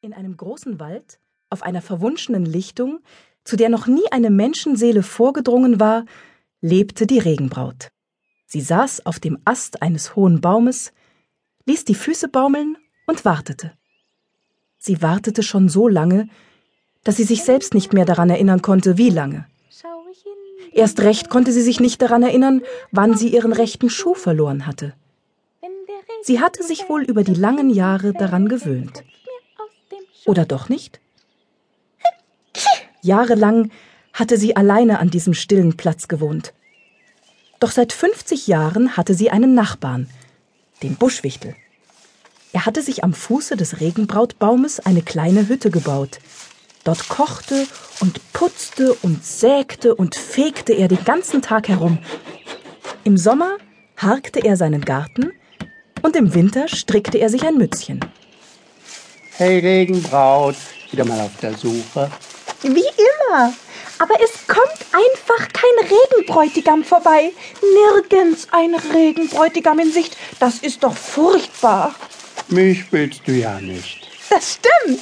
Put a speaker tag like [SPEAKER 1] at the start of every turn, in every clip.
[SPEAKER 1] In einem großen Wald, auf einer verwunschenen Lichtung, zu der noch nie eine Menschenseele vorgedrungen war, lebte die Regenbraut. Sie saß auf dem Ast eines hohen Baumes, ließ die Füße baumeln und wartete. Sie wartete schon so lange, dass sie sich selbst nicht mehr daran erinnern konnte, wie lange. Erst recht konnte sie sich nicht daran erinnern, wann sie ihren rechten Schuh verloren hatte. Sie hatte sich wohl über die langen Jahre daran gewöhnt. Oder doch nicht? Jahrelang hatte sie alleine an diesem stillen Platz gewohnt. Doch seit 50 Jahren hatte sie einen Nachbarn, den Buschwichtel. Er hatte sich am Fuße des Regenbrautbaumes eine kleine Hütte gebaut. Dort kochte und putzte und sägte und fegte er den ganzen Tag herum. Im Sommer harkte er seinen Garten und im Winter strickte er sich ein Mützchen.
[SPEAKER 2] Hey Regenbraut, wieder mal auf der Suche.
[SPEAKER 3] Wie immer. Aber es kommt einfach kein Regenbräutigam vorbei. Nirgends ein Regenbräutigam in Sicht. Das ist doch furchtbar.
[SPEAKER 2] Mich willst du ja nicht,
[SPEAKER 3] Das stimmt.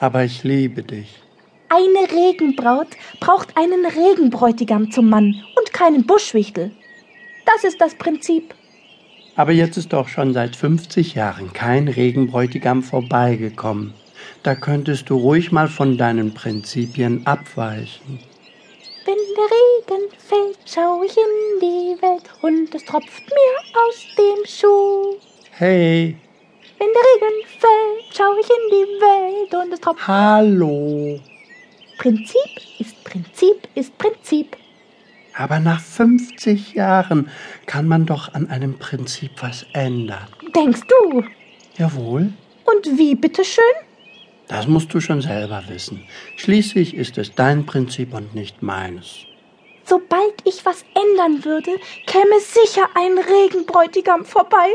[SPEAKER 2] aber ich liebe dich.
[SPEAKER 3] Eine Regenbraut braucht einen Regenbräutigam zum Mann und keinen Buschwichtel. Das ist das Prinzip.
[SPEAKER 2] Aber jetzt ist doch schon seit 50 Jahren kein Regenbräutigam vorbeigekommen. Da könntest du ruhig mal von deinen Prinzipien abweichen.
[SPEAKER 3] Wenn der Regen fällt, schaue ich in die Welt und es tropft mir aus dem Schuh.
[SPEAKER 2] Hey,
[SPEAKER 3] Wenn der Regen fällt, schaue ich in die Welt und es tropft.
[SPEAKER 2] hallo.
[SPEAKER 3] Prinzip ist Prinzip ist Prinzip.
[SPEAKER 2] Aber nach 50 Jahren kann man doch an einem Prinzip was ändern.
[SPEAKER 3] Denkst du?
[SPEAKER 2] Jawohl,
[SPEAKER 3] Und wie bitteschön?
[SPEAKER 2] das musst du schon selber wissen. Schließlich ist es dein Prinzip und nicht meines.
[SPEAKER 3] Sobald ich was ändern würde, käme sicher ein Regenbräutigam vorbei.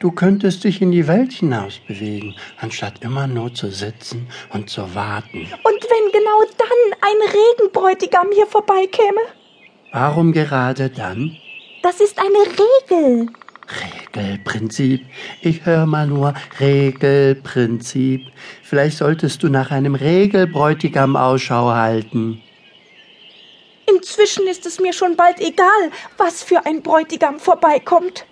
[SPEAKER 2] Du könntest dich in die Welt hinaus bewegen, anstatt immer nur zu sitzen und zu warten.
[SPEAKER 3] Und wenn genau dann ein Regenbräutigam hier vorbeikäme?
[SPEAKER 2] Warum gerade dann?
[SPEAKER 3] Das ist eine Regel.
[SPEAKER 2] Regelprinzip. Ich höre mal nur Regelprinzip. Vielleicht solltest du nach einem Regelbräutigam Ausschau halten.
[SPEAKER 3] Inzwischen ist es mir schon bald egal, was für ein Bräutigam vorbeikommt.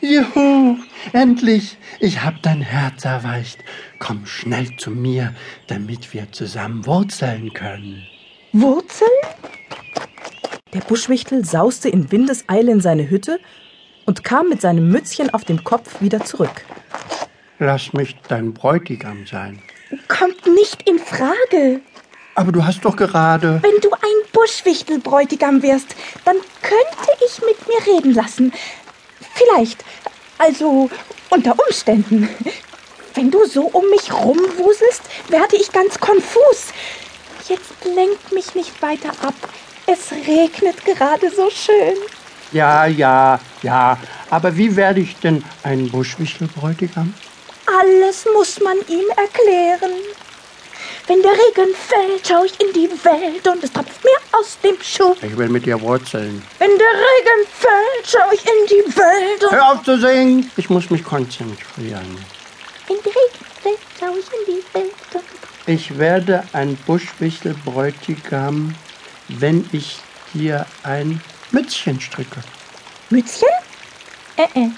[SPEAKER 2] Juhu, endlich, ich hab dein Herz erweicht. Komm schnell zu mir, damit wir zusammen wurzeln können.
[SPEAKER 3] Wurzeln?
[SPEAKER 1] Der Buschwichtel sauste in Windeseile in seine Hütte und kam mit seinem Mützchen auf dem Kopf wieder zurück.
[SPEAKER 2] Lass mich dein Bräutigam sein.
[SPEAKER 3] Kommt nicht in Frage.
[SPEAKER 2] Aber du hast doch gerade.
[SPEAKER 3] Wenn du ein Buschwichtelbräutigam wärst, dann könnte ich mit mir reden lassen. Vielleicht. Also unter Umständen. Wenn du so um mich rumwuselst, werde ich ganz konfus. Jetzt lenk mich nicht weiter ab. Es regnet gerade so schön.
[SPEAKER 2] Ja, ja, ja. Aber wie werde ich denn ein Buschwichtelbräutigam?
[SPEAKER 3] Alles muss man ihm erklären. Wenn der Regen fällt, schaue ich in die Welt und es tropft mir aus dem Schuh.
[SPEAKER 2] Ich will mit dir wurzeln.
[SPEAKER 3] Wenn der Regen fällt, schaue ich in die Welt und
[SPEAKER 2] Hör auf zu singen! Ich muss mich konzentrieren.
[SPEAKER 3] In die Regenwelt schaue ich in die Welt.
[SPEAKER 2] Ich werde ein Buschwichtelbräutigam, wenn ich dir ein Mützchen stricke.
[SPEAKER 3] Mützchen? Äh, äh.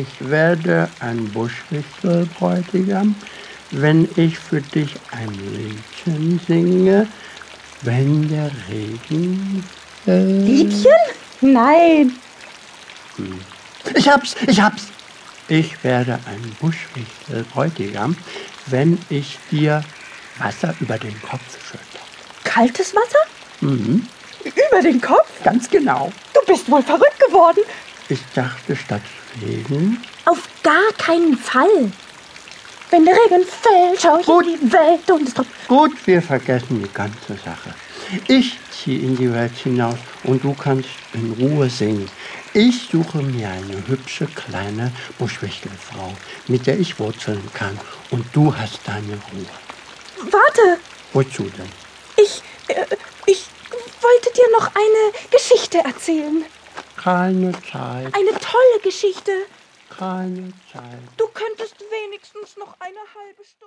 [SPEAKER 2] Ich werde ein Buschwichtelbräutigam, wenn ich für dich ein Liedchen singe, wenn der Regen. fällt.
[SPEAKER 3] Liedchen? Nein.
[SPEAKER 2] Ich hab's, ich hab's. Ich werde ein Buschwichtelbräutigam, wenn ich dir Wasser über den Kopf schütte.
[SPEAKER 3] Kaltes Wasser?
[SPEAKER 2] Mhm,
[SPEAKER 3] Über den Kopf?
[SPEAKER 2] ganz genau.
[SPEAKER 3] Du bist wohl verrückt geworden.
[SPEAKER 2] Ich dachte statt Regen.
[SPEAKER 3] Auf gar keinen Fall. Wenn der Regen fällt, schaue ich
[SPEAKER 2] Gut.
[SPEAKER 3] in die Welt und es tropft.
[SPEAKER 2] Gut, wir vergessen die ganze Sache. Ich ziehe in die Welt hinaus und du kannst in Ruhe singen. Ich suche mir eine hübsche kleine Buschwichtelfrau, mit der ich wurzeln kann. Und du hast deine Ruhe.
[SPEAKER 3] Warte,
[SPEAKER 2] Wozu denn?
[SPEAKER 3] ich, äh, ich wollte dir noch eine Geschichte erzählen.
[SPEAKER 2] Keine Zeit,
[SPEAKER 3] Eine tolle Geschichte.
[SPEAKER 2] keine Zeit.
[SPEAKER 3] Du könntest wenigstens noch eine halbe Stunde.